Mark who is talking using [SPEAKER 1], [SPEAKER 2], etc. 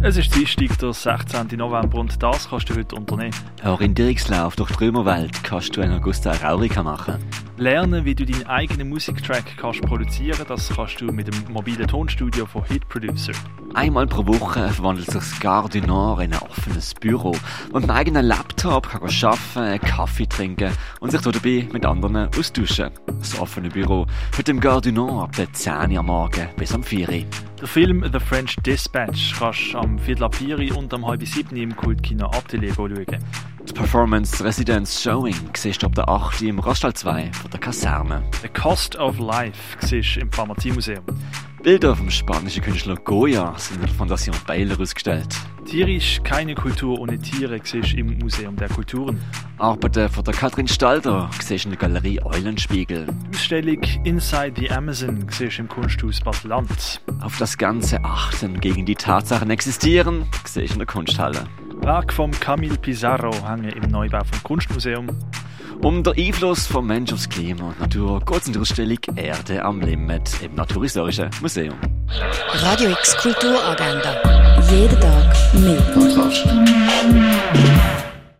[SPEAKER 1] Es ist Dienstag, der 16. November und das kannst du heute unternehmen.
[SPEAKER 2] Orientierungslauf durch die Römerwelt kannst du in Augusta Raurica machen.
[SPEAKER 1] Lernen, wie du deinen eigenen Musiktrack kannst produzieren kannst, das kannst du mit dem mobilen Tonstudio von Hit Producer.
[SPEAKER 2] Einmal pro Woche verwandelt sich das Gare du Nord in ein offenes Büro, wo man eigenen Laptop kann arbeiten, Kaffee trinken und sich dabei mit anderen austauschen. Das offene Büro mit dem Gare du Nord ab den 10 Uhr am Morgen bis am 4 Uhr.
[SPEAKER 1] Der Film The French Dispatch kannst du am Viertel ab 4 und am halb 7 im Kultkino Atelier schauen.
[SPEAKER 2] Die Performance Residence Showing siehst du ab der 8 im Rostal 2 von der Kaserne.
[SPEAKER 1] The Cost of Life siehst du im Pharmaziemuseum.
[SPEAKER 2] Bilder vom spanischen Künstler Goya sind in der Fondation Baylor ausgestellt.
[SPEAKER 1] Tierisch keine Kultur ohne Tiere siehst du im Museum der Kulturen.
[SPEAKER 2] Arbeiten von der Katrin Stalder siehst du in der Galerie Eulenspiegel.
[SPEAKER 1] Die Ausstellung Inside the Amazon siehst du im Kunsthaus Bad Land.
[SPEAKER 2] Auf das ganze Achten gegen die Tatsachen existieren siehst du in der Kunsthalle.
[SPEAKER 1] Werk von Camille Pizarro hängen im Neubau vom Kunstmuseum.
[SPEAKER 2] Um den Einfluss von Mensch aufs Klima und Natur geht es in der Ausstellung Erde am Limit im Naturhistorischen Museum.
[SPEAKER 3] Radio X Kulturagenda. Jeden Tag mehr. Kontrast.